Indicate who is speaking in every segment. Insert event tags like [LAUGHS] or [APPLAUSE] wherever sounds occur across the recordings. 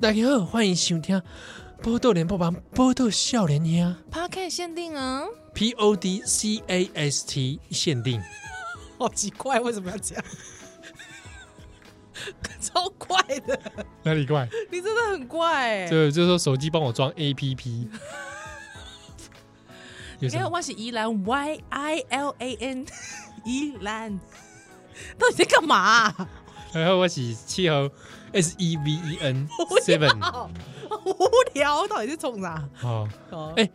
Speaker 1: 大家好，欢迎收听《波豆联播榜》，波豆笑脸呀
Speaker 2: p o d c a s 限定啊，
Speaker 1: ，P O D C A S T 限定。
Speaker 2: 好奇怪，为什么要这样？ [LAUGHS] 超怪的，
Speaker 1: 哪里怪？
Speaker 2: 你真的很怪、欸。
Speaker 1: 对，就是说手机帮我装 A P P。有什
Speaker 2: 因为
Speaker 1: 么？
Speaker 2: 我是宜兰 Y I L A N，宜 [LAUGHS] 兰到底在干嘛啊、
Speaker 1: 然哎后我是气候 S E V E
Speaker 2: [LAUGHS]
Speaker 1: N
Speaker 2: 无聊
Speaker 1: Seven。
Speaker 2: 无聊，到底是冲啥？
Speaker 1: 好，
Speaker 2: 哦
Speaker 1: 哎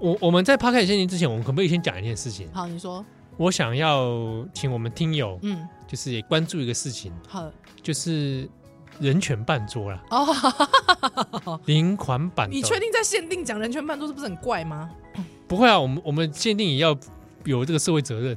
Speaker 1: 我我们在 p o d c a s t 限定之前，我们可不可以先讲一件事情？
Speaker 2: 好，你说，
Speaker 1: 我想要请我们听友，
Speaker 2: 嗯，
Speaker 1: 就是也关注一个事情，
Speaker 2: 好，
Speaker 1: 就是人权办桌啦，
Speaker 2: 哦，
Speaker 1: [LAUGHS] 零款版。
Speaker 2: 你确？定在限定讲人权办桌是不是很怪吗？
Speaker 1: 不会啊，我们我们限定也要有这个社会责任。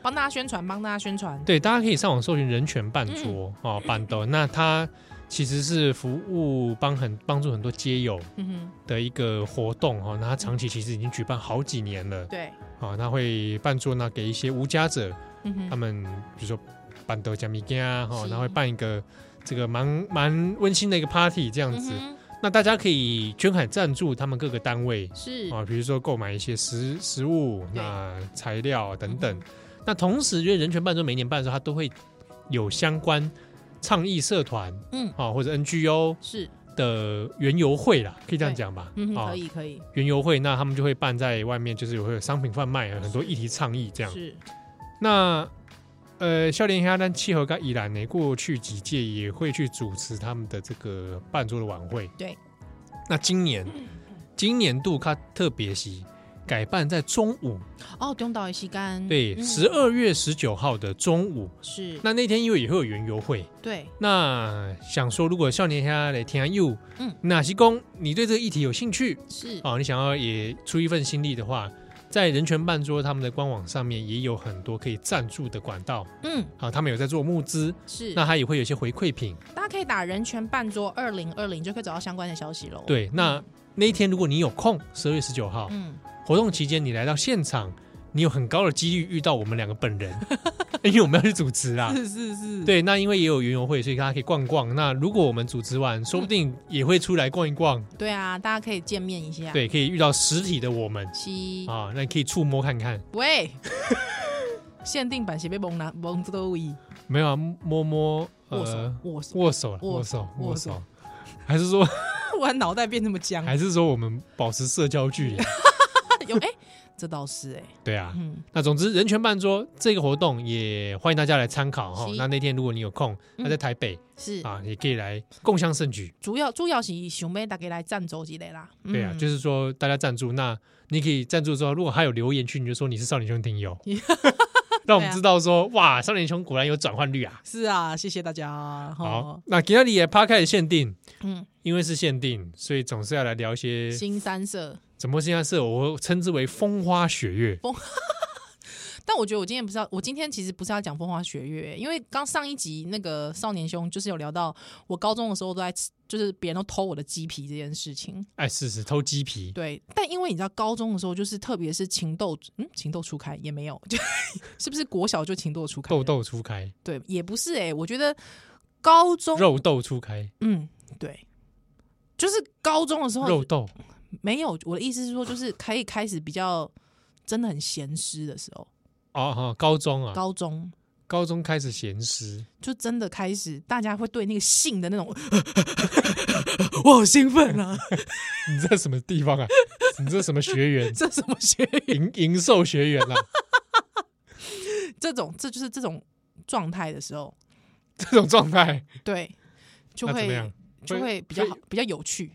Speaker 2: 帮大家宣传，帮大家宣传，
Speaker 1: 对，大家可以上网搜寻人权办桌、
Speaker 2: 嗯
Speaker 1: 哦，办桌。那它其实是服务帮很帮助很多街友
Speaker 2: 嗯
Speaker 1: 的一个活动哦。那它长期其实已经举办好几年了
Speaker 2: 哼，对，
Speaker 1: 啊、哦。它会办桌呢，给一些无家者，
Speaker 2: 嗯哼
Speaker 1: 他，们比如说办桌加米羹啊，哦，
Speaker 2: 是
Speaker 1: 然后会办一个这个蛮蛮温馨的一个 party 这样
Speaker 2: 嗯
Speaker 1: 子。
Speaker 2: 哼，
Speaker 1: 那大家可以捐款赞助他们各个单位
Speaker 2: 是
Speaker 1: 啊，比如说购买一些食食物、
Speaker 2: 对
Speaker 1: 那材料啊等等
Speaker 2: 嗯。
Speaker 1: 那同时，因为人权办桌每年办的时候，它都会有相关倡议社团，
Speaker 2: 嗯
Speaker 1: 啊，或者 NGO
Speaker 2: 是，
Speaker 1: 的园游会啦，可以这样讲吧？
Speaker 2: 嗯哼，
Speaker 1: 啊
Speaker 2: 可，以可以，
Speaker 1: 园游会，那他们就会办在外面，就是会有商品贩卖，有很多议题倡议这样。
Speaker 2: 是，
Speaker 1: 那呃，笑脸鸭蛋契合跟宜兰呢，过去几届也会去主持他们的这个办桌的晚会。
Speaker 2: 对，嗯
Speaker 1: 那今年今年度它特别席改办在中午，
Speaker 2: 哦，中岛也吸干，
Speaker 1: 对，
Speaker 2: 嗯
Speaker 1: 十二月十九号的中午。
Speaker 2: 是，
Speaker 1: 那那天因为也会有园游会，
Speaker 2: 对，
Speaker 1: 那想说如果少年虾来听又，嗯
Speaker 2: 嗯，
Speaker 1: 哪些公你对这个议题有兴趣
Speaker 2: 是，
Speaker 1: 哦，你想要也出一份心力的话，在人权办桌他们的官网上面也有很多可以赞助的管道。
Speaker 2: 嗯，
Speaker 1: 好，啊他们有在做募资，
Speaker 2: 是，哦
Speaker 1: 那他也会有一些回馈品。
Speaker 2: 大家可以打人权办桌二零二零，就可以找到相关的消息喽。，
Speaker 1: 对，那那一天如果你有空，十二月十九号、
Speaker 2: 嗯，
Speaker 1: 活动期间你来到现场，你有很高的几率遇到我们两个本人， [LAUGHS] 因为我们要去主持啊。
Speaker 2: [LAUGHS] 是是是，
Speaker 1: 对，那因为也有园游会，所以大家可以逛逛。那如果我们主持完，
Speaker 2: 嗯
Speaker 1: 说不定也会出来逛一逛，
Speaker 2: 对啊，大家可以见面一下。，
Speaker 1: 对，可以遇到实体的我们
Speaker 2: 七
Speaker 1: 啊，那你可以触摸看看。 [LAUGHS]
Speaker 2: 喂，限定版写被蒙拿蒙多伊
Speaker 1: 没有啊，摸摸
Speaker 2: 握手
Speaker 1: 呃
Speaker 2: 握手，
Speaker 1: 握手啦，握
Speaker 2: 握
Speaker 1: 手
Speaker 2: 手
Speaker 1: 握
Speaker 2: 握
Speaker 1: 手
Speaker 2: 手，
Speaker 1: 还是说
Speaker 2: 突然脑袋变那么僵，
Speaker 1: 还是说我们保持社交距离啊？
Speaker 2: [LAUGHS] 有哎，这倒是哎，
Speaker 1: 对啊，
Speaker 2: 嗯，
Speaker 1: 那总之，人权办桌这个活动也欢迎大家来参考哈。
Speaker 2: 是嗯
Speaker 1: 那那天如果你有空，那在台北、
Speaker 2: 是
Speaker 1: 啊，也可以来共襄盛举。
Speaker 2: 主要主要是熊妹大概来赞助之类啦。
Speaker 1: 对啊，
Speaker 2: 嗯
Speaker 1: 就是说大家赞助，那你可以赞助之后，如果还有留言区，你就说你是少年兄听
Speaker 2: [LAUGHS]
Speaker 1: 友，让我们知道说
Speaker 2: 啊
Speaker 1: 哇，少年兄果然有转换率啊。
Speaker 2: 是啊，谢谢大家。
Speaker 1: 好
Speaker 2: 吼，，
Speaker 1: 那今天也趴开始限定，
Speaker 2: 嗯，
Speaker 1: 因为是限定，所以总是要来聊一些
Speaker 2: 新三社，
Speaker 1: 怎么现在是我会称之为风花雪月。
Speaker 2: 但我觉得我今天不是要，我今天其实不是要讲风花雪月，因为刚上一集那个少年兄就是有聊到，我高中的时候都在吃，就是别人都偷我的鸡皮这件事情。
Speaker 1: 哎，是是偷鸡皮，
Speaker 2: 对，但因为你知道高中的时候就是特别是情窦，嗯，情窦初开也没有， [LAUGHS] 就是不是国小就情窦初开？
Speaker 1: 痘痘初开，
Speaker 2: 对，也不是哎、我觉得高中，
Speaker 1: 肉痘初开，
Speaker 2: 嗯，对，就是高中的时候
Speaker 1: 肉痘。
Speaker 2: 没有，我的意思是说，就是可以开始比较真的很闲湿的时候，
Speaker 1: 哦哦，高中啊，
Speaker 2: 高中。
Speaker 1: 高中开始闲诗，
Speaker 2: 就真的开始，大家会对那个性的那种， [LAUGHS] 我好兴奋啊！ [LAUGHS]
Speaker 1: 你这什么地方啊？ [LAUGHS] 你这什么学员？
Speaker 2: 这什么学语？
Speaker 1: 营营售学员啊？ [LAUGHS]
Speaker 2: 这种这就是这种状态的时候，
Speaker 1: 这种状态，
Speaker 2: 对，就
Speaker 1: 那怎么
Speaker 2: 会
Speaker 1: 样？
Speaker 2: 就会比较好，比较有趣。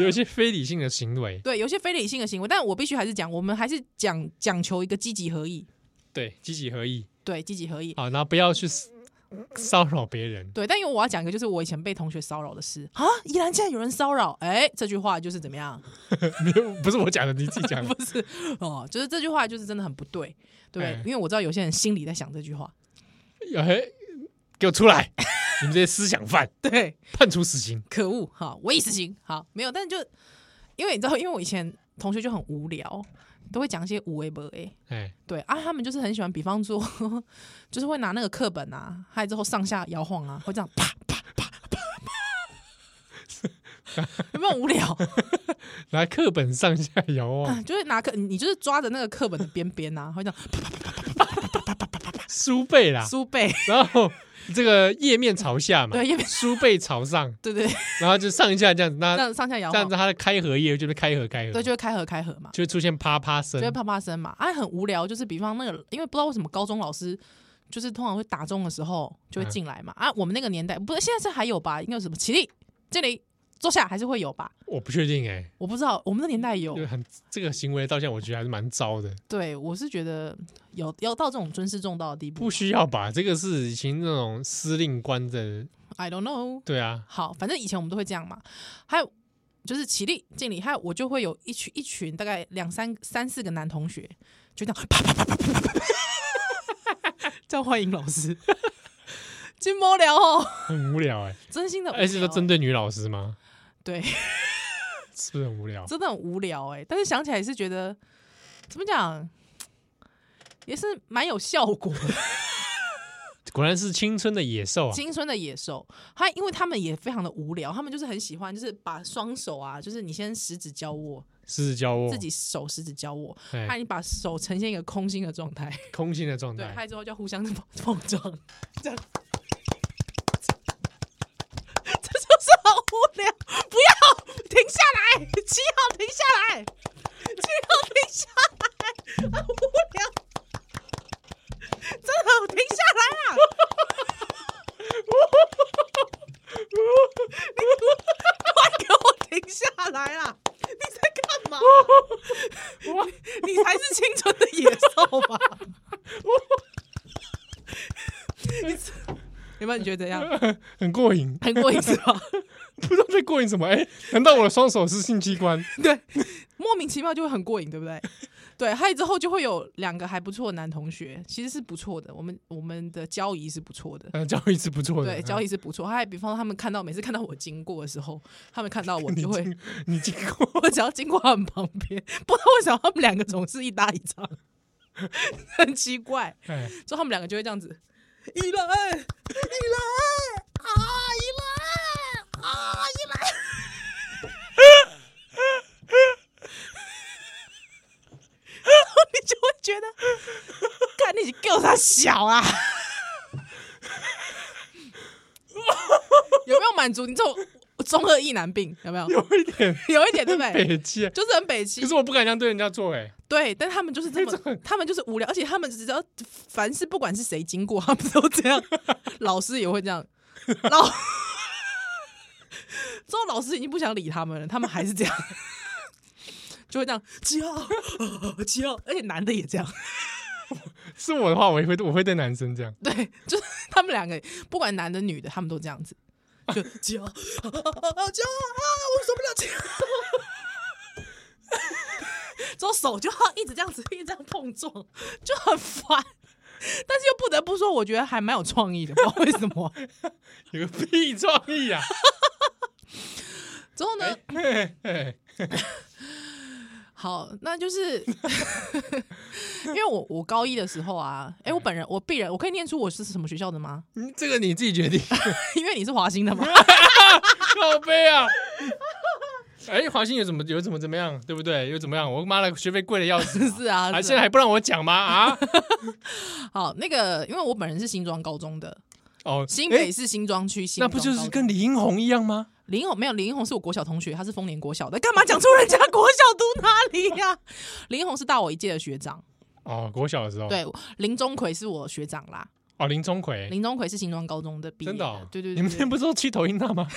Speaker 1: 有一些非理性的行为，
Speaker 2: 对，有些非理性的行为，但我必须还是讲，我们还是讲讲求一个积极合意，
Speaker 1: 对，积极合意，
Speaker 2: 对，积极合意。
Speaker 1: 好，然后不要去骚扰别人。 [LAUGHS]
Speaker 2: 对，但因为我要讲一个，就是我以前被同学骚扰的事啊，依然竟然有人骚扰，哎，这句话就是怎么样？
Speaker 1: 没有，不是我讲的，你自己讲的。
Speaker 2: [LAUGHS] 不是哦，就是这句话就是真的很不对，对，
Speaker 1: 哎
Speaker 2: 因为我知道有些人心里在想这句话，
Speaker 1: 哎，给我出来！ [LAUGHS] 你们这些思想犯，
Speaker 2: 对，
Speaker 1: 判处死刑。
Speaker 2: 可恶！哈，我以死刑。好，没有，但就因为你知道，因为我以前同学就很无聊，都会讲一些无为不为。
Speaker 1: 哎，
Speaker 2: 对啊，他们就是很喜欢，比方说，就是会拿那个课本啊，还有之后上下摇晃啊，会这样啪啪啪啪啪，有没有很无聊？
Speaker 1: 拿课本上下摇啊，
Speaker 2: 啊就是拿课，你就是抓着那个课本的边边呐，会这样
Speaker 1: 书背啦，
Speaker 2: 书背，
Speaker 1: 然后这个页面朝下嘛，
Speaker 2: 对，因为
Speaker 1: 书背朝上，
Speaker 2: 对对，对
Speaker 1: 然后就上下这样子，
Speaker 2: 这
Speaker 1: 那
Speaker 2: 样上下摇
Speaker 1: 这样
Speaker 2: 晃
Speaker 1: 子，它的开合页就被开合开合，
Speaker 2: 对，就会开合开合嘛，
Speaker 1: 就会出现啪啪声
Speaker 2: 就，会啪啪声嘛，啊，很无聊。就是比方那个，因为不知道为什么高中老师就是通常会打钟的时候就会进来嘛，
Speaker 1: 嗯
Speaker 2: 啊，我们那个年代不是现在是还有吧？应该有什么起立，这里坐下还是会有吧？
Speaker 1: 我不确定哎，
Speaker 2: 我不知道，我们那年代有
Speaker 1: 就，很这个行为到现在我觉得还是蛮糟的，
Speaker 2: 对我是觉得有要到这种尊师重道的地步
Speaker 1: 不需要吧？这个是以前那种司令官的，
Speaker 2: ，I don't know。
Speaker 1: 对啊，
Speaker 2: 好，反正以前我们都会这样嘛。还有就是起立敬礼，还有我就会有一群一群大概两三三四个男同学，就这样啪啪啪啪啪啪啪， [LAUGHS] 这样欢迎老师。 [LAUGHS] 真无聊哦，
Speaker 1: 很无聊哎，
Speaker 2: 真心的无聊，
Speaker 1: 而且都针对女老师吗？
Speaker 2: 对，
Speaker 1: [LAUGHS] 是不是很无聊？
Speaker 2: 欸真的很无聊哎、但是想起来是觉得怎么讲，也是蛮有效果的。
Speaker 1: 果然是青春的野兽啊！
Speaker 2: 青春的野兽，他因为他们也非常的无聊，他们就是很喜欢，就是把双手啊，就是你先食指交握，
Speaker 1: 狮子交握，
Speaker 2: 自己手食指交握，
Speaker 1: 哎
Speaker 2: 怕你把手呈现一个空心的状态，
Speaker 1: 空心的状
Speaker 2: 对，
Speaker 1: 态，
Speaker 2: 害之后就互相 [LAUGHS] 碰碰撞，这样， [LAUGHS] 这就是好无聊，不要停下来，七号停下来，七号停下来，好无聊，真的好停下来啊！ [LAUGHS] 你快给我停下来啦！你在干
Speaker 1: [LAUGHS]
Speaker 2: 嘛？你才是青春的野兽吧？有没有？你觉得怎样？
Speaker 1: [LAUGHS] 很过瘾，
Speaker 2: 很过一次吧？
Speaker 1: 不知道在过瘾什么？哎，难道我的双手是性器官？
Speaker 2: 对，莫名其妙就会很过瘾，对不对？对，还有之后就会有两个还不错的男同学，其实是不错的，我们我们的交谊是不错的。
Speaker 1: 呃，交易是不错的，
Speaker 2: 对，交易是不错。还比方说他们看到每次看到我经过的时候，他们看到我
Speaker 1: [LAUGHS] 你
Speaker 2: 就会，
Speaker 1: 经哎你经过，
Speaker 2: [LAUGHS] 我只要经过他们旁边，不知道为什么他们两个总是一搭一唱， [LAUGHS] 很奇怪。
Speaker 1: 哎，
Speaker 2: 之后他们两个就会这样子，依兰，依兰啊，依兰啊，哎依兰。然后你就会觉得，看你够他小啊！有没有满足你这种中二意难病？有没有？
Speaker 1: 有一点
Speaker 2: 有一点对不对？
Speaker 1: 北气，
Speaker 2: 就是很北气
Speaker 1: 可，是我不敢这样对人家做，哎，
Speaker 2: 对，但他们就是这么，他们就是无聊，而且他们只要凡是不管是谁经过，他们都这样，老师也会这样，老之后老师已经不想理他们了，他们还是这样， [LAUGHS] 就会这样 [LAUGHS] 叫啊叫， [LAUGHS] 而且男的也这样，
Speaker 1: 是我的话，我也会我会对男生
Speaker 2: [LAUGHS]
Speaker 1: 这样，
Speaker 2: 对，就是他们两个不管男的女的，他们都这样子，就叫啊叫啊，我受不了 [LAUGHS] 叫。之后手就要一直这样子，一直这样碰撞，就很烦。但是又不得不说，我觉得还蛮有创意的，不知道为什么。
Speaker 1: 有个屁创意啊！
Speaker 2: 之后呢，
Speaker 1: [LAUGHS] 嘿嘿
Speaker 2: 好，那就是 [LAUGHS] 因为我我高一的时候啊，哎、我本人我必然我可以念出我是什么学校的吗？ [LAUGHS]
Speaker 1: 你这个你自己决定， [LAUGHS]
Speaker 2: 因为你是华兴的嘛。
Speaker 1: 靠背啊！ [LAUGHS] 哎，华兴有怎么有怎么怎么样，对不对？有怎么样？我妈的学费贵的要死
Speaker 2: [LAUGHS] ，是 [LAUGHS] 啊，
Speaker 1: 还
Speaker 2: 是
Speaker 1: 现在
Speaker 2: 啊
Speaker 1: 还不让我讲吗？
Speaker 2: [LAUGHS]
Speaker 1: 啊！
Speaker 2: 好，那个，因为我本人是新庄高中的，
Speaker 1: 哦，
Speaker 2: 新
Speaker 1: 哎
Speaker 2: 北市新庄区新
Speaker 1: 那不
Speaker 2: 庄高
Speaker 1: 就
Speaker 2: 中，
Speaker 1: 是跟李英红一样吗？
Speaker 2: 林英红没有林英红是我国小同学，他是丰年国小的，干嘛讲出人家国小读哪里呀、 [LAUGHS] 林英红是大我一届的学长，
Speaker 1: 哦，国小的时候，，
Speaker 2: 对，林钟奎是我学长啦，
Speaker 1: 哦，林钟馗，
Speaker 2: 林钟奎是新庄高中的毕业
Speaker 1: 真的哦，
Speaker 2: 对对
Speaker 1: 你
Speaker 2: 对
Speaker 1: 们之
Speaker 2: 对
Speaker 1: 前不是说去投音
Speaker 2: [LAUGHS]
Speaker 1: 大吗？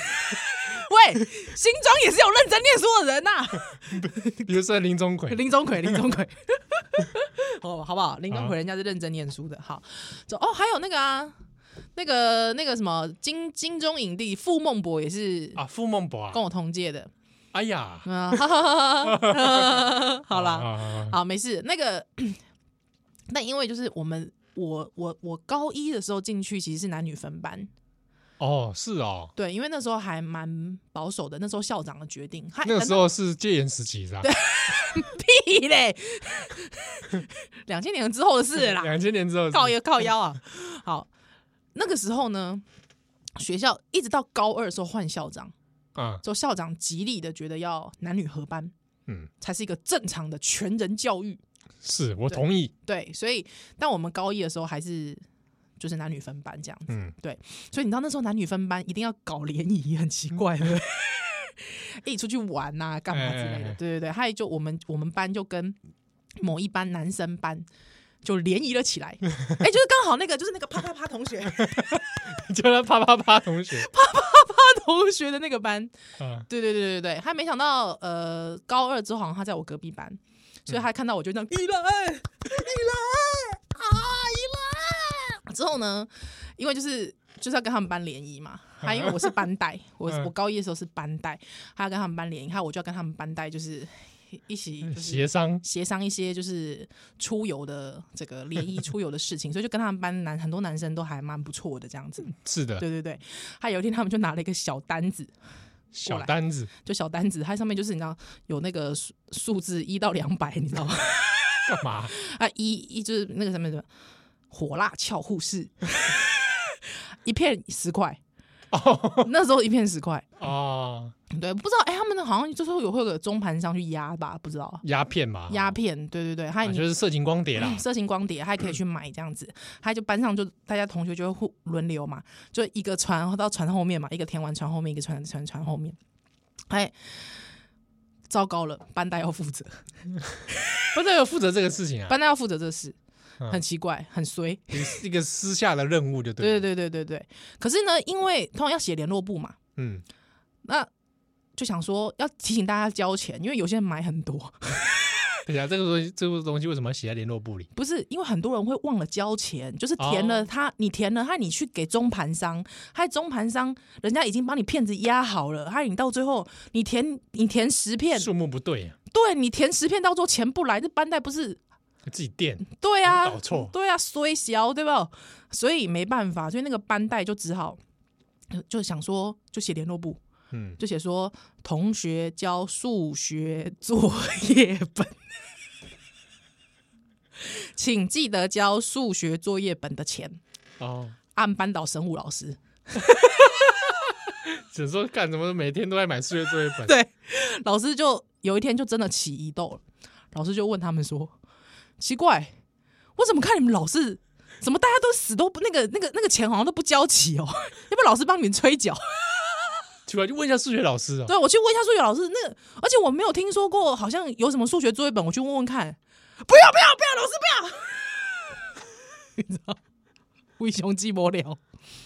Speaker 2: 喂，新庄也是有认真念书的人呐、
Speaker 1: 比如说林钟馗，
Speaker 2: [LAUGHS] 林钟馗，林钟馗，哦，好不好？林钟
Speaker 1: 好
Speaker 2: 馗人家是认真念书的，好，走哦，还有那个啊。那个那个什么金金钟影帝傅孟博也是
Speaker 1: 啊，傅孟博啊
Speaker 2: 跟，我同届的，
Speaker 1: 哎
Speaker 2: [LAUGHS]
Speaker 1: 呀，
Speaker 2: 啊，哈哈哈哈好
Speaker 1: 啊
Speaker 2: 啦，
Speaker 1: 啊啊
Speaker 2: 好，没事。那个， [CLEARS THROAT] 那因为就是我们，我我我高一的时候进去其实是男女分班，
Speaker 1: 哦，是哦，
Speaker 2: 对，因为那时候还蛮保守的，那时候校长的决定，还
Speaker 1: [LAUGHS] 那个时候是戒严时期是
Speaker 2: [LAUGHS]
Speaker 1: 吧？
Speaker 2: 屁嘞， [LAUGHS] 两千年之后的事
Speaker 1: [LAUGHS]
Speaker 2: 啦，
Speaker 1: 两千年之后是，
Speaker 2: 靠腰靠腰啊。好，那个时候呢，学校一直到高二的时候换校长，
Speaker 1: 啊，
Speaker 2: 之后校长极力的觉得要男女合班
Speaker 1: 嗯，
Speaker 2: 才是一个正常的全人教育。
Speaker 1: 是我同意，
Speaker 2: 对，所以但我们高一的时候还是就是男女分班这样子，
Speaker 1: 嗯， [LAUGHS]
Speaker 2: 所以你知道那时候男女分班一定要搞联谊，很奇怪的， [LAUGHS] 一起出去玩呐、干嘛之类
Speaker 1: 哎哎
Speaker 2: 的。
Speaker 1: 哎
Speaker 2: 对对对，还有就我们我们班就跟某一班男生班就联谊了
Speaker 1: [LAUGHS]
Speaker 2: 起来，哎、就是刚好那个就是那个啪啪啪同学啪
Speaker 1: 就他啪啪啪同学，
Speaker 2: [LAUGHS] 同学的那个班，
Speaker 1: 啊，
Speaker 2: 对对对对对，他没想到呃高二之后好像他在我隔壁班，所以他看到我就这样依兰依兰啊依兰，之后呢，因为就是就是要跟他们班联谊嘛，他因为我是班带，我
Speaker 1: 嗯
Speaker 2: 我高一的时候是班带，他要跟他们班联谊，他我就要跟他们班带就是一起就是
Speaker 1: 协商，
Speaker 2: 协商一些就是出游的这个联谊出游的事情，所以就跟他们班男很多男生都还蛮不错的这样子，
Speaker 1: 是的，
Speaker 2: 对对对，他有一天他们就拿了一个小单子。
Speaker 1: 小
Speaker 2: 过来
Speaker 1: 单子
Speaker 2: 就小单子，它上面就是你知道有那个数数字一到两百，你知道吗？ [LAUGHS]
Speaker 1: 干嘛？
Speaker 2: 啊，一一就是那个什么什么火辣俏护士， [LAUGHS] 一片十块，
Speaker 1: 哦
Speaker 2: 那时候一片十块，
Speaker 1: 哦，
Speaker 2: 对，不知道哎、他们好像就是有会有个中盘商去压吧，不知道
Speaker 1: 鸦片嘛，
Speaker 2: 压片，哎对对对，还
Speaker 1: 啊
Speaker 2: 有
Speaker 1: 就
Speaker 2: 你。
Speaker 1: 是色情光碟啦，
Speaker 2: 色情光碟，还可以去买这样子，还就班上就大家同学就会互轮流嘛，就一个传到船后面嘛，一个填完船后面，一个传传船后面，哎，糟糕了，班代要负
Speaker 1: [LAUGHS]
Speaker 2: 责，
Speaker 1: 不是有负责这个事情啊，
Speaker 2: 班代要负责这事，
Speaker 1: 嗯
Speaker 2: 很奇怪，很衰。
Speaker 1: 一个私下的任务就对了，
Speaker 2: 对对对对对。可是呢，因为通常要写联络簿嘛，
Speaker 1: 嗯，
Speaker 2: 那就想说要提醒大家交钱，因为有些人买很多，
Speaker 1: 对啊，这个东西，这个东西为什么要写在联络簿里？
Speaker 2: 不是因为很多人会忘了交钱，就是填了
Speaker 1: 哦
Speaker 2: 他，你填了他，你去给中盘商，还中盘商人家已经帮你骗子压好了，还你到最后你填你填十片，
Speaker 1: 数目不对啊，
Speaker 2: 对你填十片，到最后钱不来，这班代不是
Speaker 1: 自己垫，
Speaker 2: 对啊，
Speaker 1: 搞错
Speaker 2: 对啊，衰小对吧？所以没办法，所以那个班带就只好呃就想说，就写联络簿，
Speaker 1: 嗯，
Speaker 2: 就写说同学交数学作业本， [LAUGHS] 请记得交数学作业本的钱，
Speaker 1: 哦，
Speaker 2: 按班导神武老师。
Speaker 1: 只是说干什么，每天都在买数学作业本，
Speaker 2: 对，老师就有一天就真的起疑窦了，老师就问他们说：“奇怪，我怎么看你们老是怎么大家都死都不那个那个那个钱好像都不交齐哦？ [LAUGHS] 要不要老师帮你们催缴？”
Speaker 1: 奇怪，就问一下数学老师哦，
Speaker 2: 对，我去问一下数学老师，那个而且我没有听说过，好像有什么数学作业本，我去问问看。不要不要不要，老师不要， [LAUGHS] 你知道，为雄鸡无聊，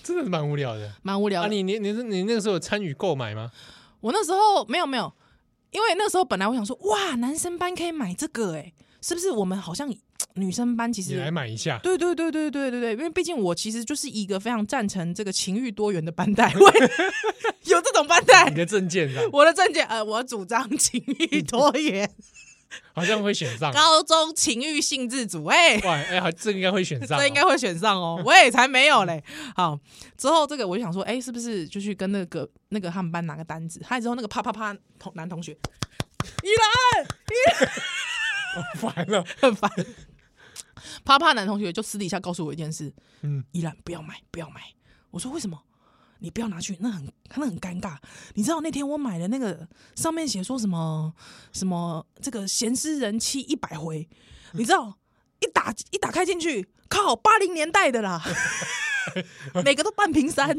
Speaker 1: 真的是蛮无聊的。
Speaker 2: 蛮无聊
Speaker 1: 啊，
Speaker 2: 的。
Speaker 1: 你你你是你那个时候有参与购买吗？
Speaker 2: 我那时候没有没有，因为那时候本来我想说，哇，男生班可以买这个、欸，是不是我们好像女生班其
Speaker 1: 你来
Speaker 2: 实。
Speaker 1: 买一下，
Speaker 2: 对对对对对对对，因为毕竟我其实就是一个非常赞成这个情欲多元的班带，我也 [LAUGHS] 有这种班带
Speaker 1: 你，的证件上
Speaker 2: 我的证件呃，我主张情欲多元，
Speaker 1: 好像会选上。
Speaker 2: 高中情欲性自主，哎、
Speaker 1: 哇，哎，好，这个应该会选上哦，
Speaker 2: 这应该会选上
Speaker 1: [LAUGHS]
Speaker 2: 哦。我也才没有嘞。好，之后这个我就想说，哎、是不是就去跟那个那个他们班拿个单子？还有之后那个啪啪啪同男同学，依兰
Speaker 1: 完了，
Speaker 2: 很烦。啪啪男同学就私底下告诉我一件事，
Speaker 1: 嗯，
Speaker 2: 依兰不要买，不要买。我说为什么？你不要拿去，那很那很尴尬。你知道那天我买的那个上面写说什么什么这个闲诗人妻一百回，
Speaker 1: 嗯
Speaker 2: 你知道一打一打开进去，靠八零年代的
Speaker 1: [LAUGHS]
Speaker 2: 啦，每个都半瓶山，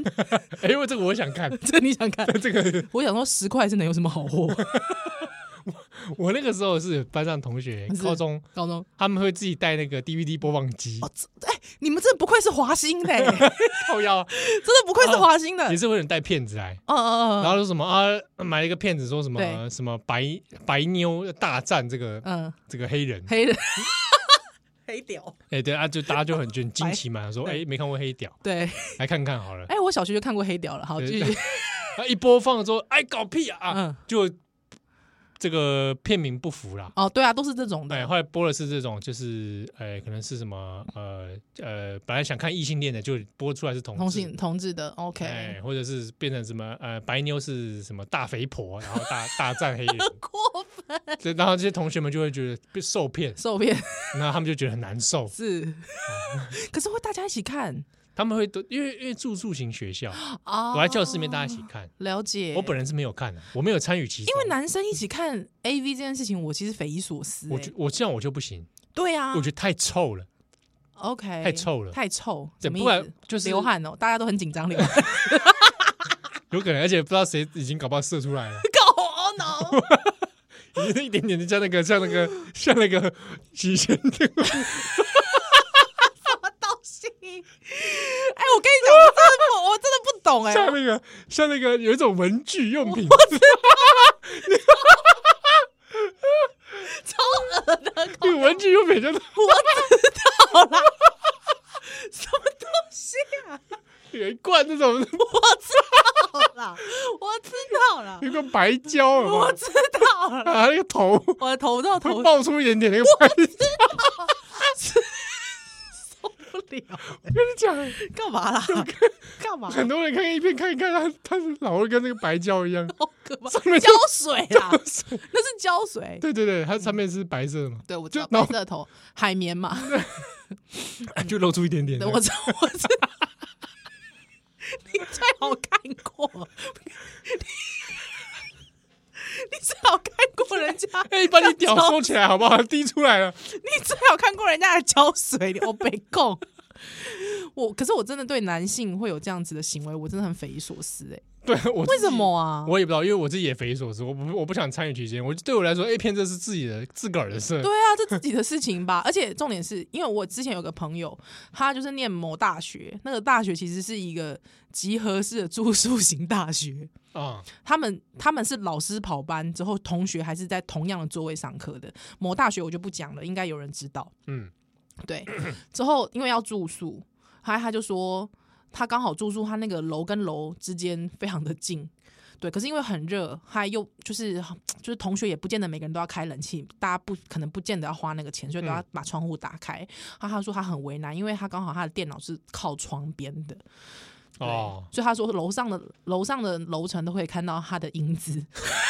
Speaker 1: 哎，因为这个我想看，
Speaker 2: 这你想看？
Speaker 1: 这个
Speaker 2: 我想说十块真的有什么好货？
Speaker 1: 我那个时候是班上同学，
Speaker 2: 是
Speaker 1: 高中
Speaker 2: 高中
Speaker 1: 他们会自己带那个 DVD 播放机，
Speaker 2: 哦，这哎、你们真的不愧是
Speaker 1: [LAUGHS]
Speaker 2: 华兴的、欸，真的
Speaker 1: 靠腰
Speaker 2: 不愧是华兴的，
Speaker 1: 也是会有人带骗子来。
Speaker 2: 哦哦
Speaker 1: 然
Speaker 2: 哦，
Speaker 1: 后说什么啊，买了一个骗子，说什么
Speaker 2: 对
Speaker 1: 什么白白妞大战这个
Speaker 2: 嗯，
Speaker 1: 这个黑人，
Speaker 2: 黑人， [LAUGHS] 黑屌，
Speaker 1: 哎，对啊，就大家就很就很惊奇嘛，说
Speaker 2: 对
Speaker 1: 哎没看过黑屌，
Speaker 2: 对，
Speaker 1: 来看看好了。
Speaker 2: 哎、我小学就看过黑屌了，好，
Speaker 1: 对
Speaker 2: 继续，
Speaker 1: 啊，一播放之后，哎搞屁啊啊，
Speaker 2: 嗯，
Speaker 1: 就这个片名不符啦。
Speaker 2: [LAUGHS] 哦，对啊，都是这种
Speaker 1: 哎，
Speaker 2: 的，
Speaker 1: 后来播的是这种，就是呃，可能是什么呃呃，本来想看异性恋的，就播出来是同
Speaker 2: 同
Speaker 1: 志
Speaker 2: 性同志的，OK，、
Speaker 1: 哎，或者是变成什么呃，白妞是什么大肥婆，然后大大战黑人，
Speaker 2: 过分
Speaker 1: 这然后这些同学们就会觉得被受骗，
Speaker 2: 受骗
Speaker 1: 然后他们就觉得很难受。
Speaker 2: [LAUGHS] 是，可是会大家一起看，
Speaker 1: 他们会都因为因为住宿型学校，
Speaker 2: 啊
Speaker 1: 我在教室里面大家一起看。
Speaker 2: 了解。
Speaker 1: 我本人是没有看的，我没有参与其中。
Speaker 2: 哦因为男生一起看 A V 这件事情，我其实匪夷所思、欸。
Speaker 1: 我觉我这样我就不行，
Speaker 2: 对啊，
Speaker 1: 我觉得太臭了。
Speaker 2: OK，
Speaker 1: 太臭了
Speaker 2: 太臭，
Speaker 1: 对，
Speaker 2: 什么意
Speaker 1: 不
Speaker 2: 思
Speaker 1: 然？就是
Speaker 2: 流汗哦，大家都很紧张 [LAUGHS] 流汗。
Speaker 1: 有可能，而且不知道谁已经搞不好射出来了， [LAUGHS]
Speaker 2: 狗哦 no！
Speaker 1: 已经一点点的像那个像那个像那个极限那个
Speaker 2: 什么东西？ [LAUGHS] 哎、我跟你讲，我真的不，我真的不懂哎、
Speaker 1: 像那个像那个有一种文具用品，
Speaker 2: 超恶的，
Speaker 1: 那个文具用品叫做
Speaker 2: 好啦，什么东西啊？
Speaker 1: 有一罐那种
Speaker 2: 我知道啦， [LAUGHS] 我知道啦
Speaker 1: 有，一罐白胶，有没有
Speaker 2: [LAUGHS] 我知道啦，
Speaker 1: 啊，那个头
Speaker 2: [LAUGHS] 我的头到头
Speaker 1: 会爆出一点点那个白胶。
Speaker 2: 不了，
Speaker 1: 我跟你讲，
Speaker 2: 干嘛啦？ [LAUGHS]
Speaker 1: [LAUGHS]
Speaker 2: 干嘛？
Speaker 1: 很多人看一片看一看，他他是老会跟那个白胶一样，
Speaker 2: 好可怕！
Speaker 1: 上面
Speaker 2: 胶水啦，那是胶水。
Speaker 1: 对对对，它上面是白色的嘛，
Speaker 2: 对，我知道
Speaker 1: 就然
Speaker 2: 白
Speaker 1: 后
Speaker 2: 色的头海绵嘛，
Speaker 1: 就露出一点点
Speaker 2: 对，
Speaker 1: 的。
Speaker 2: 我知道，我知道。 [LAUGHS] 你最好看过， [LAUGHS] 你最好看过人家，
Speaker 1: [LAUGHS] 哎，把你屌
Speaker 2: 胶
Speaker 1: 收起来好不好？ [LAUGHS] 滴出来了，
Speaker 2: 你最好看过人家的胶水，我被供。 [LAUGHS] 我可是我真的对男性会有这样子的行为，我真的很匪夷所思哎、
Speaker 1: 对我自
Speaker 2: 为
Speaker 1: 己
Speaker 2: 什么啊？
Speaker 1: 我也不知道，因为我自己也匪夷所思，我不我不想参与其间。我对我来说，A 片这是自己的自个儿的事。
Speaker 2: 对啊，这自己的事情吧。 [LAUGHS] 而且重点是因为我之前有个朋友，他就是念某大学，那个大学其实是一个集合式的住宿型大学。
Speaker 1: 啊，
Speaker 2: 他们他们是老师跑班之后，同学还是在同样的座位上课的。某大学我就不讲了，应该有人知道。
Speaker 1: 嗯，
Speaker 2: 对， [CLEARS THROAT] 之后因为要住宿，还他就说他刚好住宿，他那个楼跟楼之间非常的近。对，可是因为很热，还又就是就是同学也不见得每个人都要开冷气，大家不可能不见得要花那个钱，所以都要嗯把窗户打开。他、他说他很为难，因为他刚好他的电脑是靠窗边的，对
Speaker 1: 哦，
Speaker 2: 所以他说楼上的楼上的楼层都可以看到他的影子。 [LAUGHS]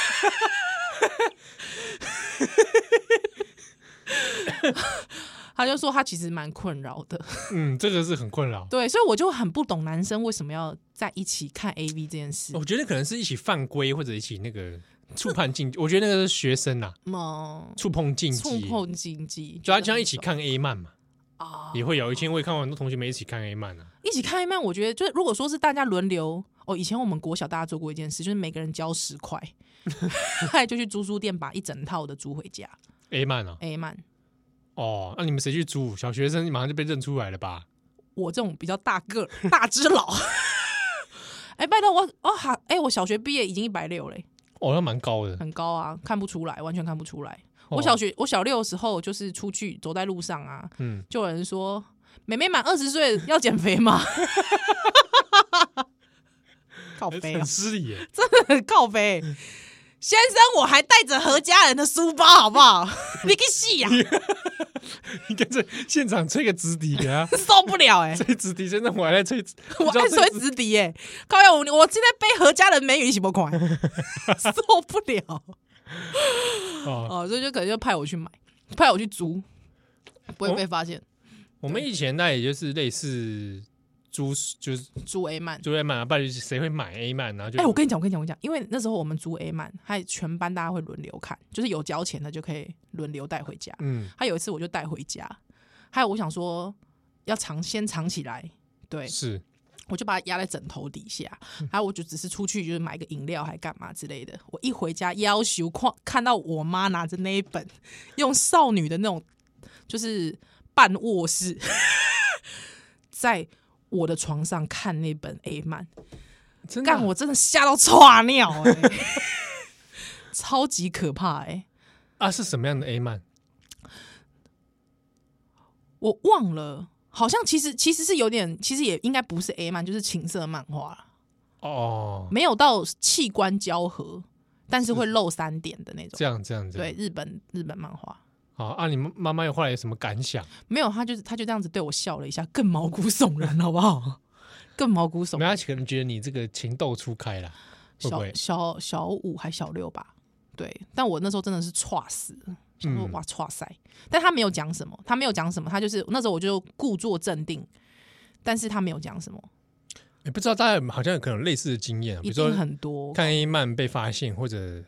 Speaker 2: 他就说他其实蛮困扰的，
Speaker 1: 嗯，这个是很困扰。
Speaker 2: 对，所以我就很不懂男生为什么要在一起看 A V 这件事。
Speaker 1: 我觉得可能是一起犯规或者一起那个触碰禁，我觉得那个是学生呐，
Speaker 2: 嗯，
Speaker 1: 触碰禁
Speaker 2: 触
Speaker 1: 忌，
Speaker 2: 碰禁
Speaker 1: 哦
Speaker 2: 忌，
Speaker 1: 就要就要一起看 A 漫嘛，
Speaker 2: 啊，
Speaker 1: 也会有。以前我也看过很多同学们一起看 A 漫啊，
Speaker 2: 一起看 A 漫，我觉得就是如果说是大家轮流哦，以前我们国小大家做过一件事，就是每个人交十块，
Speaker 1: [LAUGHS]
Speaker 2: 后来就去租书店把一整套的租回家
Speaker 1: A 漫啊，
Speaker 2: A 漫。
Speaker 1: 哦，那你们谁去租？小学生马上就被认出来了吧？
Speaker 2: 我这种比较大个儿大只佬。 [LAUGHS] 哎、拜托我哦哈，哎、我小学毕业已经一百六嘞，
Speaker 1: 哦，那蛮高的，
Speaker 2: 很高啊，看不出来，完全看不出来。
Speaker 1: 哦
Speaker 2: 我小学我小六的时候，就是出去走在路上啊，
Speaker 1: 嗯，
Speaker 2: 就有人说：“妹妹满二十岁要减肥吗？” [LAUGHS] 靠背、
Speaker 1: 哦很
Speaker 2: 啊，
Speaker 1: 失礼耶，
Speaker 2: 真的很靠背。
Speaker 1: 嗯
Speaker 2: 先生，我还带着何家人的书包，好不好？ [LAUGHS] 你啊个戏
Speaker 1: [LAUGHS]
Speaker 2: 呀，
Speaker 1: 你干脆现场吹个直笛给他。 [LAUGHS]
Speaker 2: 受不了哎、
Speaker 1: 吹直笛，现在我还在吹，
Speaker 2: [LAUGHS]
Speaker 1: [LAUGHS]
Speaker 2: 我
Speaker 1: 你知道
Speaker 2: 爱吹直笛耶，高耀武，我今天被何家人美女什么款， [LAUGHS] 受不了
Speaker 1: 哦，
Speaker 2: 哦，所以就可能就派我去买，派我去租，不
Speaker 1: 哦
Speaker 2: 会被发现。
Speaker 1: 我们以前那也就是类似租，就是
Speaker 2: 租 A 漫，
Speaker 1: 租 A 漫啊，不然就是谁会买 A 漫，然后就
Speaker 2: 哎、我跟你讲，我跟你讲，我跟你讲，因为那时候我们租 A 漫，还全班大家会轮流看，就是有交钱的就可以轮流带回家。
Speaker 1: 嗯
Speaker 2: 还有一次我就带回家，还有我想说要藏先藏起来，对，
Speaker 1: 是
Speaker 2: 我就把它压在枕头底下，然后我就只是出去就是买个饮料还干嘛之类的。我一回家要求看看到我妈拿着那一本用少女的那种就是半卧室， [LAUGHS] 在我的床上看那本 A 漫，
Speaker 1: 真的啊
Speaker 2: 干我真的吓到岔尿哎、 [LAUGHS] 超级可怕哎、
Speaker 1: 啊是什么样的 A 漫？
Speaker 2: 我忘了，好像其实其实是有点，其实也应该不是 A 漫，就是情色漫画啦。
Speaker 1: 哦，
Speaker 2: 没有到器官交合，但是会
Speaker 1: 嗯
Speaker 2: 露三点的那种。
Speaker 1: 这样这样这
Speaker 2: 对，
Speaker 1: 样，
Speaker 2: 日本日本漫画
Speaker 1: 好啊，你们妈妈有后来有什么感想？
Speaker 2: 没有，他就是他就这样子对我笑了一下，更毛骨悚然，好不好？更毛骨悚
Speaker 1: 没
Speaker 2: 然。
Speaker 1: 有，她可能觉得你这个情窦初开啦，会不
Speaker 2: 小
Speaker 1: 会
Speaker 2: 小小五还小六吧？对，但我那时候真的是歘死了，想说
Speaker 1: 嗯
Speaker 2: 哇歘塞，但他没有讲什么，他没有讲什么，他就是那时候我就故作镇定，但是他没有讲什么，
Speaker 1: 也不知道大家有没有好像有可能有类似的经验啊，比
Speaker 2: 一
Speaker 1: 如说
Speaker 2: 定很多，
Speaker 1: 看 A 漫被发现或者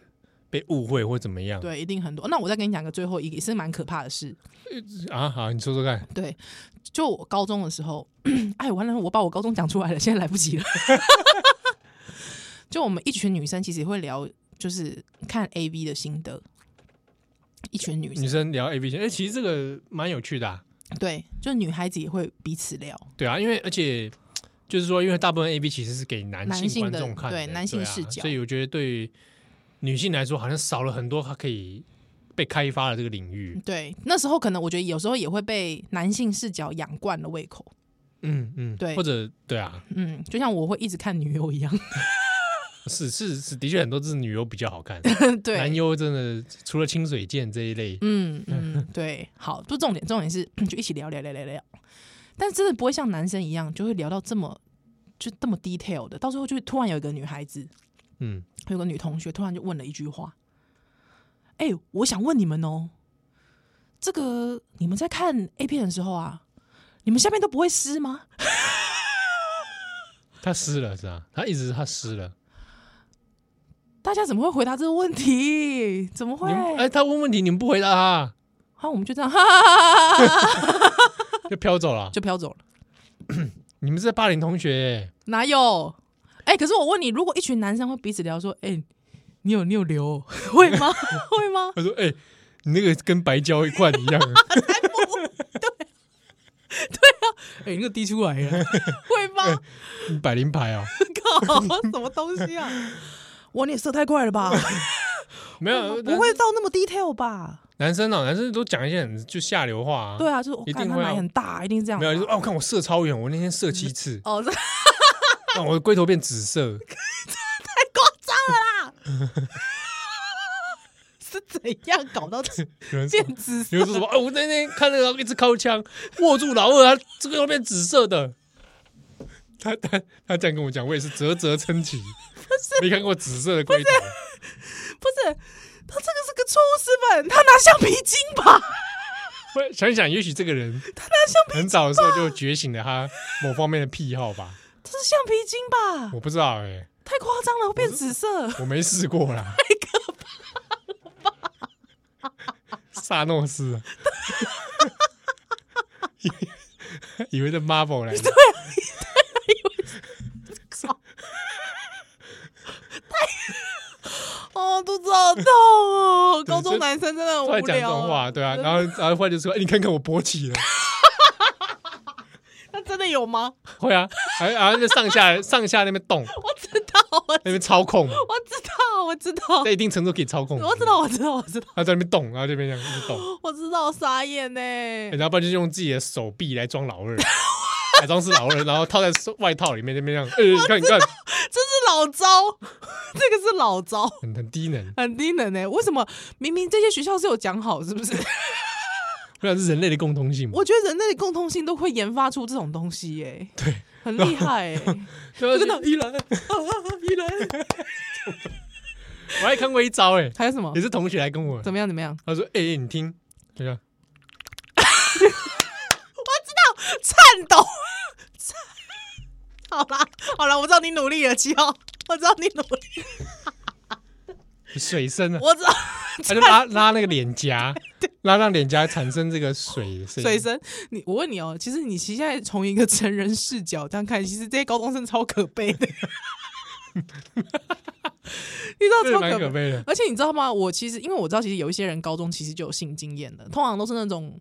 Speaker 1: 被误会或怎么样。
Speaker 2: 对，一定很多。那我再跟你讲个最后一个也是蛮可怕的事，
Speaker 1: 啊，好，你说说看，
Speaker 2: 对，就我高中的时候， [CLEARS THROAT] 哎，完了，我把我高中讲出来了，现在来不及了。 [LAUGHS] 就我们一群女生其实也会聊，就是看 A V 的心得。一群女
Speaker 1: 女
Speaker 2: 生，
Speaker 1: 生聊 A B 线，哎、其实这个蛮有趣的、啊，
Speaker 2: 对，就女孩子也会彼此聊
Speaker 1: 对啊，因为而且就是说，因为大部分 A B 其实是给男
Speaker 2: 男性
Speaker 1: 观
Speaker 2: 的
Speaker 1: 众看的，
Speaker 2: 对男性
Speaker 1: 啊
Speaker 2: 视角
Speaker 1: 所以我觉得对女性来说，好像少了很多她可以被开发的这个领域。
Speaker 2: 对，那时候可能我觉得有时候也会被男性视角养惯了胃口，
Speaker 1: 嗯嗯，
Speaker 2: 对
Speaker 1: 或者对啊，
Speaker 2: 嗯，就像我会一直看女优一样， [LAUGHS]
Speaker 1: 是是是，的确很多是女优比较好看，
Speaker 2: 对，
Speaker 1: 男优真的除了清水剑这一类，
Speaker 2: 嗯
Speaker 1: [LAUGHS]
Speaker 2: 嗯，对，好，就重点，重点是 [CLEARS THROAT] 就一起聊聊聊聊聊，但真的不会像男生一样，就会聊到这么就这么 detail 的，到最后就会突然有一个女孩子，
Speaker 1: 嗯，
Speaker 2: 有个女同学突然就问了一句话，哎、我想问你们哦，这个你们在看 A 片的时候啊，你们下面都不会湿吗？
Speaker 1: 他湿了是吧？他一直他湿了，
Speaker 2: 大家怎么会回答这个问题？怎么
Speaker 1: 你
Speaker 2: 会？
Speaker 1: 们哎，他问问题你们不回答他，
Speaker 2: 啊，我们就这样，哈哈哈哈哈哈，
Speaker 1: 就飘走了。
Speaker 2: 就飘走了。
Speaker 1: 你们是在霸凌同学欸耶，
Speaker 2: 哪有？哎、可是我问你，如果一群男生会彼此聊说，哎、你有你
Speaker 1: [LAUGHS]
Speaker 2: 有瘤哦、会吗？会吗？
Speaker 1: 他说哎，你那个跟白胶一块一样，啊
Speaker 2: 哎、那个滴出来了， [LAUGHS] 会吗？
Speaker 1: [LAUGHS] 你百灵牌
Speaker 2: [LAUGHS]
Speaker 1: 哦。 [LAUGHS]
Speaker 2: 靠，什么东西啊？哇，你也射太快了吧？
Speaker 1: 没有，啊
Speaker 2: 不会到那么 detail 吧？
Speaker 1: 男生哦，男生都讲一些很就下流话啊。
Speaker 2: 对啊，就是我
Speaker 1: 一
Speaker 2: 看
Speaker 1: 定
Speaker 2: 他
Speaker 1: 会啊
Speaker 2: 奶很大，一定是这样吧。
Speaker 1: 没有，就说哦，看我射超远，我那天射七次， [LAUGHS]
Speaker 2: 哦，这
Speaker 1: 让我的龟头变紫色。
Speaker 2: 是怎样搞到变
Speaker 1: 有人说， [LAUGHS]
Speaker 2: 紫色
Speaker 1: 有？人说什么？哦，我那天看那个一只靠枪握住老二，他这个要变紫色的。他他他这样跟我讲，我也是啧啧称奇。没看过紫色的龟头，
Speaker 2: 不是，他这个是个错误示范，他拿橡皮筋吧？
Speaker 1: 我想一想，也许这个人他很早的时候就觉醒了他某方面的癖好吧，
Speaker 2: 这是橡皮筋吧？
Speaker 1: 我不知道哎、
Speaker 2: 太夸张了，会变紫色。
Speaker 1: 我没试过
Speaker 2: [LAUGHS]
Speaker 1: 啦，萨诺斯， [LAUGHS] 以为在 Marvel 来的，
Speaker 2: [LAUGHS] 哦，肚子好痛哦！
Speaker 1: [LAUGHS] 对
Speaker 2: 高中男生真的很
Speaker 1: 突
Speaker 2: 无
Speaker 1: 然讲这
Speaker 2: 聊、
Speaker 1: 种
Speaker 2: 啊。
Speaker 1: 话，对啊，然后然后后来就说，哎、你看看我勃起了，
Speaker 2: 那真的有吗？ [LAUGHS]
Speaker 1: 会啊，哎，然后就上下上下那边动，
Speaker 2: 我知道，我
Speaker 1: 那边操控，
Speaker 2: 我知道，我知道，
Speaker 1: 在一定程度可以操控，
Speaker 2: 我知道，我哦知道，我知道，
Speaker 1: 他在那边动，然后这边这样一直动，
Speaker 2: 我知道，傻眼呢、
Speaker 1: 哎然后不然就用自己的手臂来装老二。假装是老二，然后套在外套里面，那边这样，呃、你看，你看，
Speaker 2: 这是老招，这个是老招，
Speaker 1: 很很低能，
Speaker 2: 很低能呢、为什么明明这些学校是有讲好，是不 [LAUGHS] 是？
Speaker 1: 不然是人类的共通性嘛。
Speaker 2: 我觉得人类的共通性都会研发出这种东西耶、
Speaker 1: 对，
Speaker 2: 很
Speaker 1: [LAUGHS]
Speaker 2: 厉害、欸。
Speaker 1: 对啊
Speaker 2: 真的
Speaker 1: 依然，
Speaker 2: 依然
Speaker 1: 我还看过一招哎、
Speaker 2: 还有什么
Speaker 1: [LAUGHS] 也？是同学来跟我，
Speaker 2: 哦怎么样？怎么样？
Speaker 1: 他说：“哎、欸，你听，这样
Speaker 2: 颤抖。 [LAUGHS] 好啦，好啦，我知道你努力了，七号， [LAUGHS] 我知道你努力，
Speaker 1: 水声啊，
Speaker 2: 我知道
Speaker 1: 他就拉拉那个脸
Speaker 2: [LAUGHS]
Speaker 1: 颊，拉让脸颊产生这个水的声音。
Speaker 2: 水深。你我问你哦，其实你现在从一个成人视角这样看，其实这些高中生超可悲的， [LAUGHS] 你
Speaker 1: 这
Speaker 2: 知道
Speaker 1: 个
Speaker 2: 超
Speaker 1: 蛮
Speaker 2: 可
Speaker 1: 可
Speaker 2: 悲。
Speaker 1: 悲的。
Speaker 2: 而且你知道吗？我其实因为我知道，其实有一些人高中其实就有性经验的，通常都是那种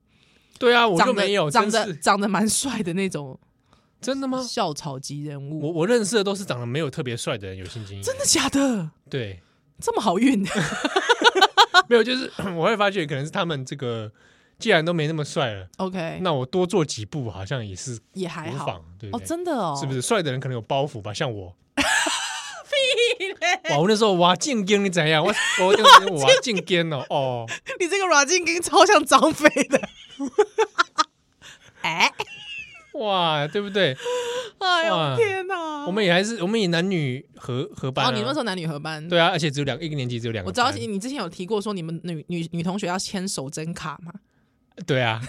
Speaker 1: 对啊，我就
Speaker 2: 长
Speaker 1: 没有，
Speaker 2: 得长
Speaker 1: 真
Speaker 2: 得
Speaker 1: 是
Speaker 2: 长得蛮帅的那种
Speaker 1: 真的吗？
Speaker 2: 校草级人物。
Speaker 1: 我我认识的都是长得没有特别帅的人，有性经验。
Speaker 2: 真的假的？
Speaker 1: 对，
Speaker 2: 这么好运？ [LAUGHS]
Speaker 1: 没有，就是 [COUGHS] 我会发觉，可能是他们这个既然都没那么帅了，
Speaker 2: OK，
Speaker 1: 那我多做几步好像也是
Speaker 2: 也还
Speaker 1: 无
Speaker 2: 好。
Speaker 1: 妨，对不
Speaker 2: 哦，
Speaker 1: 对？
Speaker 2: 真的哦，
Speaker 1: 是不是？帅的人可能有包袱吧，像
Speaker 2: [LAUGHS]
Speaker 1: 我。哇！我那时候哇，进京你怎样？我我
Speaker 2: [LAUGHS]
Speaker 1: 那时候哇，进京哦哦，
Speaker 2: 你这个软禁跟超像张飞的。哎，
Speaker 1: 哇，对不对？
Speaker 2: 哎
Speaker 1: 哇
Speaker 2: 呦天哪！
Speaker 1: 我们也还是我们也男女合合班、啊。
Speaker 2: 哦，你们那时候男女合班，
Speaker 1: 对啊，而且只有两一个年级只有两个
Speaker 2: 我
Speaker 1: 班。
Speaker 2: 知道你之 [LAUGHS] 前有提过说你们女女女同学要签手真卡嘛，
Speaker 1: 对啊，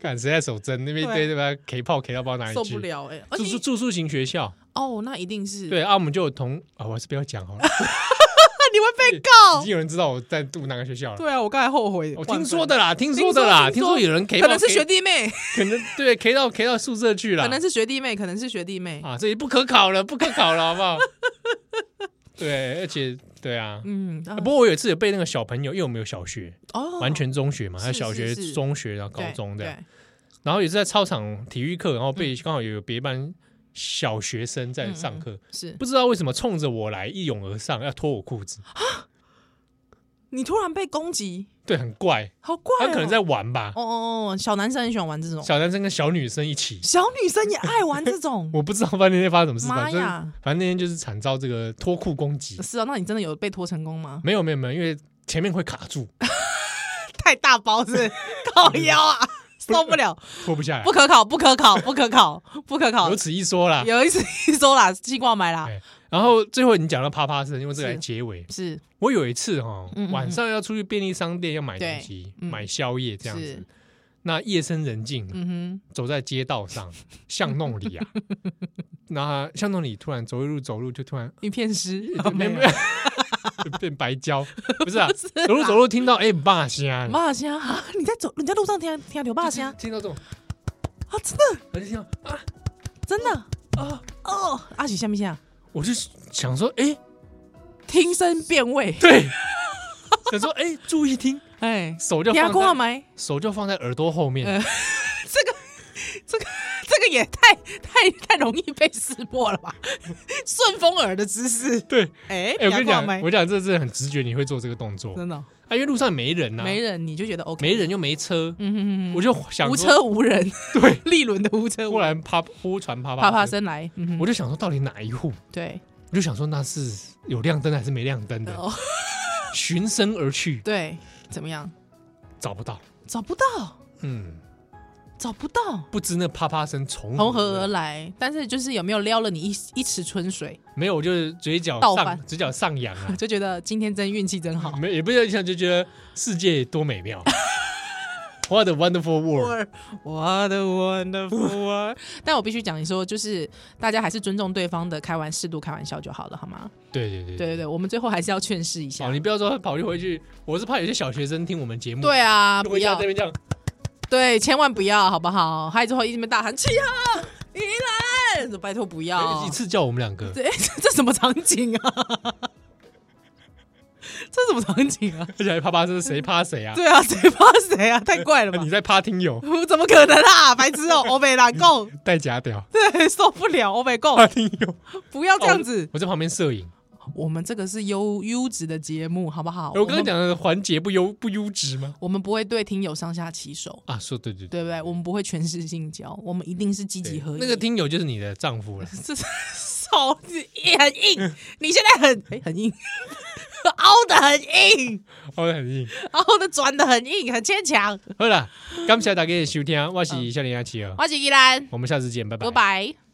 Speaker 1: 看谁在守贞，那边一
Speaker 2: 对啊
Speaker 1: 堆对吧？K 炮 K 到不知道哪里
Speaker 2: 受
Speaker 1: 去
Speaker 2: 不，了哎、而
Speaker 1: 住
Speaker 2: 且
Speaker 1: 宿住宿型学校，
Speaker 2: 哦，那一定是
Speaker 1: 对啊，我们就有同啊，我还是不要讲
Speaker 2: [LAUGHS]
Speaker 1: 好了，
Speaker 2: 那你会被告
Speaker 1: 已经。有人知道我在读哪个学校了。
Speaker 2: 哦对啊，我刚才后悔，
Speaker 1: 我
Speaker 2: 万
Speaker 1: 听
Speaker 2: 分
Speaker 1: 说，的啦，听说的啦，
Speaker 2: 听
Speaker 1: 听
Speaker 2: 说
Speaker 1: 说有人 K
Speaker 2: 可
Speaker 1: 到
Speaker 2: 能是
Speaker 1: K-
Speaker 2: 学弟妹，
Speaker 1: 可能对 K 到 K 到宿舍去了，
Speaker 2: 可能是学弟妹，可能是学弟妹。
Speaker 1: 啊，这也不可考了，不可考了，好 [LAUGHS] 不好？对，而且对啊。
Speaker 2: 嗯，啊
Speaker 1: 不过我有一次也被那个小朋友，因为我们有小学，
Speaker 2: 哦，
Speaker 1: 完全中学嘛，还有小学
Speaker 2: 是是是、
Speaker 1: 中学，然后高
Speaker 2: 对
Speaker 1: 中这样。
Speaker 2: 对嗯
Speaker 1: 然后也是在操场体育课，然后被刚好有别班小学生在上课，
Speaker 2: 是
Speaker 1: 不知道为什么冲着我来一拥而上，要脱我裤子，
Speaker 2: 你突然被攻击，
Speaker 1: 对，很怪。
Speaker 2: 好怪、哦。
Speaker 1: 他可能在玩吧，
Speaker 2: 哦哦哦，小男生很喜欢玩这种，
Speaker 1: 小男生跟小女生一起，
Speaker 2: 小女生也爱玩这种。
Speaker 1: 我不知道那天发生什么事，
Speaker 2: 妈
Speaker 1: 反正
Speaker 2: 呀！
Speaker 1: 反正那天就是惨遭这个脱裤攻击。
Speaker 2: 是啊，那你真的有被拖成功吗？
Speaker 1: 没有没有没有，因为前面会卡住，
Speaker 2: [LAUGHS] 太大包是不 [LAUGHS] 是靠腰啊，受不了，
Speaker 1: 脱不下来
Speaker 2: 不。可考，不可考，不可考，不可考
Speaker 1: 有。此一说啦。
Speaker 2: [LAUGHS] 有一次一说啦，西瓜买啦
Speaker 1: 哎，然后最后你讲到啪啪声，用这个来
Speaker 2: 是
Speaker 1: 结尾。
Speaker 2: 是
Speaker 1: 我有一次哈
Speaker 2: 嗯嗯，嗯
Speaker 1: 晚上要出去便利商店要买东西，
Speaker 2: 嗯
Speaker 1: 买宵夜这样子
Speaker 2: 是。
Speaker 1: 那夜深人静，
Speaker 2: 嗯
Speaker 1: 走在街道
Speaker 2: [LAUGHS]
Speaker 1: 上、巷弄里啊，那巷弄里突然走一路走路就突
Speaker 2: [LAUGHS]
Speaker 1: 然
Speaker 2: 哼，一
Speaker 1: [LAUGHS]
Speaker 2: 片湿，
Speaker 1: 啊没
Speaker 2: [LAUGHS]
Speaker 1: 有没有 [LAUGHS] 变白胶，不是啊，
Speaker 2: 是
Speaker 1: 走路走路听到哎爸香，
Speaker 2: 马香啊！你在走，你在路上听听刘爸 [LAUGHS] 香啊
Speaker 1: 听到这种，，
Speaker 2: 真的
Speaker 1: 我就听到啊，
Speaker 2: 真的哦哦，阿喜像不像？
Speaker 1: 我就想说
Speaker 2: [LAUGHS]
Speaker 1: 哎，
Speaker 2: 听声辨位，
Speaker 1: 对，想说哎注意听， [LAUGHS]
Speaker 2: 哎，
Speaker 1: 手就
Speaker 2: 听
Speaker 1: 放
Speaker 2: 挂
Speaker 1: 在
Speaker 2: 没？
Speaker 1: 手就放在耳朵后面，
Speaker 2: 嗯 [LAUGHS] 这个也太太太容易被识破了吧？ [LAUGHS] 顺风耳的姿势，
Speaker 1: 对，
Speaker 2: 哎，
Speaker 1: 哎、我跟你
Speaker 2: 听
Speaker 1: 讲
Speaker 2: 看麦，
Speaker 1: 我讲这真的很直觉，你会做这个动作啊，
Speaker 2: 真的哦
Speaker 1: 因为路上没人呐、
Speaker 2: 没人，你就觉得 OK，
Speaker 1: 没，人又没车，
Speaker 2: 嗯哼哼
Speaker 1: 我就想
Speaker 2: 哼，无
Speaker 1: 说，
Speaker 2: 车无人， [LAUGHS]
Speaker 1: 对，
Speaker 2: 利轮的无车
Speaker 1: 忽
Speaker 2: 无人，
Speaker 1: 然啪忽传啪啪
Speaker 2: 啪啪，声来，嗯哼
Speaker 1: 我就想说到底哪一户，
Speaker 2: 对，
Speaker 1: 我就想说那是有亮灯还是没亮灯的，
Speaker 2: 哦，
Speaker 1: 循声而去，
Speaker 2: 对，怎么样？
Speaker 1: 找不
Speaker 2: [LAUGHS]
Speaker 1: 到，
Speaker 2: 找不到，
Speaker 1: 嗯，
Speaker 2: 找不到。
Speaker 1: 不知那啪啪声从
Speaker 2: 从何而
Speaker 1: 来，
Speaker 2: 来？但是就是有没有撩了你一一池春水， [LAUGHS]
Speaker 1: 没有，我就是嘴角
Speaker 2: 倒
Speaker 1: 上
Speaker 2: 翻，
Speaker 1: 嘴角上扬啊嗯
Speaker 2: 就觉得今天真运气真 [LAUGHS] 好。
Speaker 1: 没也不是一下就觉得世界多美妙，What a wonderful world，
Speaker 2: 我的 wonderful world 但我必须讲，你说就是大家还是尊重对方的，开玩适度开玩笑就好了，好吗？
Speaker 1: 对对对
Speaker 2: [LAUGHS] 对对对，我们最后还是要劝世一下
Speaker 1: 哦，。你不要说跑去回去，我是怕有些小学生听我们节目，
Speaker 2: 对啊，
Speaker 1: 如
Speaker 2: 不
Speaker 1: 果像
Speaker 2: 要
Speaker 1: 这边这样，
Speaker 2: 对，千万不要，好不好？还有之后一直边大喊“起啊，宜兰”，拜托不要
Speaker 1: 哎一。次叫我们两个，
Speaker 2: 这 [LAUGHS] 这什么场景啊？这什么场景啊？
Speaker 1: 而且还啪啪声，谁啪谁啊？哎
Speaker 2: 对啊，谁怕谁啊？太怪了吧
Speaker 1: 你！在啪听友
Speaker 2: 我怎么可能啊？白痴哦、欧美啦，够， [LAUGHS]
Speaker 1: 带假屌，
Speaker 2: 对，受不了，欧美够，
Speaker 1: 啪听友
Speaker 2: 不要这样子。
Speaker 1: 哎哦我在旁边摄影，
Speaker 2: 我们这个是优优质的节目，好不好？
Speaker 1: 我刚刚
Speaker 2: 们，
Speaker 1: 讲的环节不优不优质吗？
Speaker 2: 我们不会对听友上下其手，
Speaker 1: 啊，说对对对，
Speaker 2: 哦对不对？我们不会全是性交，我们一定是积极合意。
Speaker 1: 那个听友就是你的丈夫了，
Speaker 2: [LAUGHS] 这是手也很硬，你现在很哎、很硬， [LAUGHS] 凹的很硬，
Speaker 1: 哦，很硬。
Speaker 2: 凹的转的很硬，很牵强。
Speaker 1: 好了，感谢大家的收听，我是夏林阿奇儿，哦
Speaker 2: 我是依兰，
Speaker 1: 我们下次见，拜拜
Speaker 2: 拜。拜。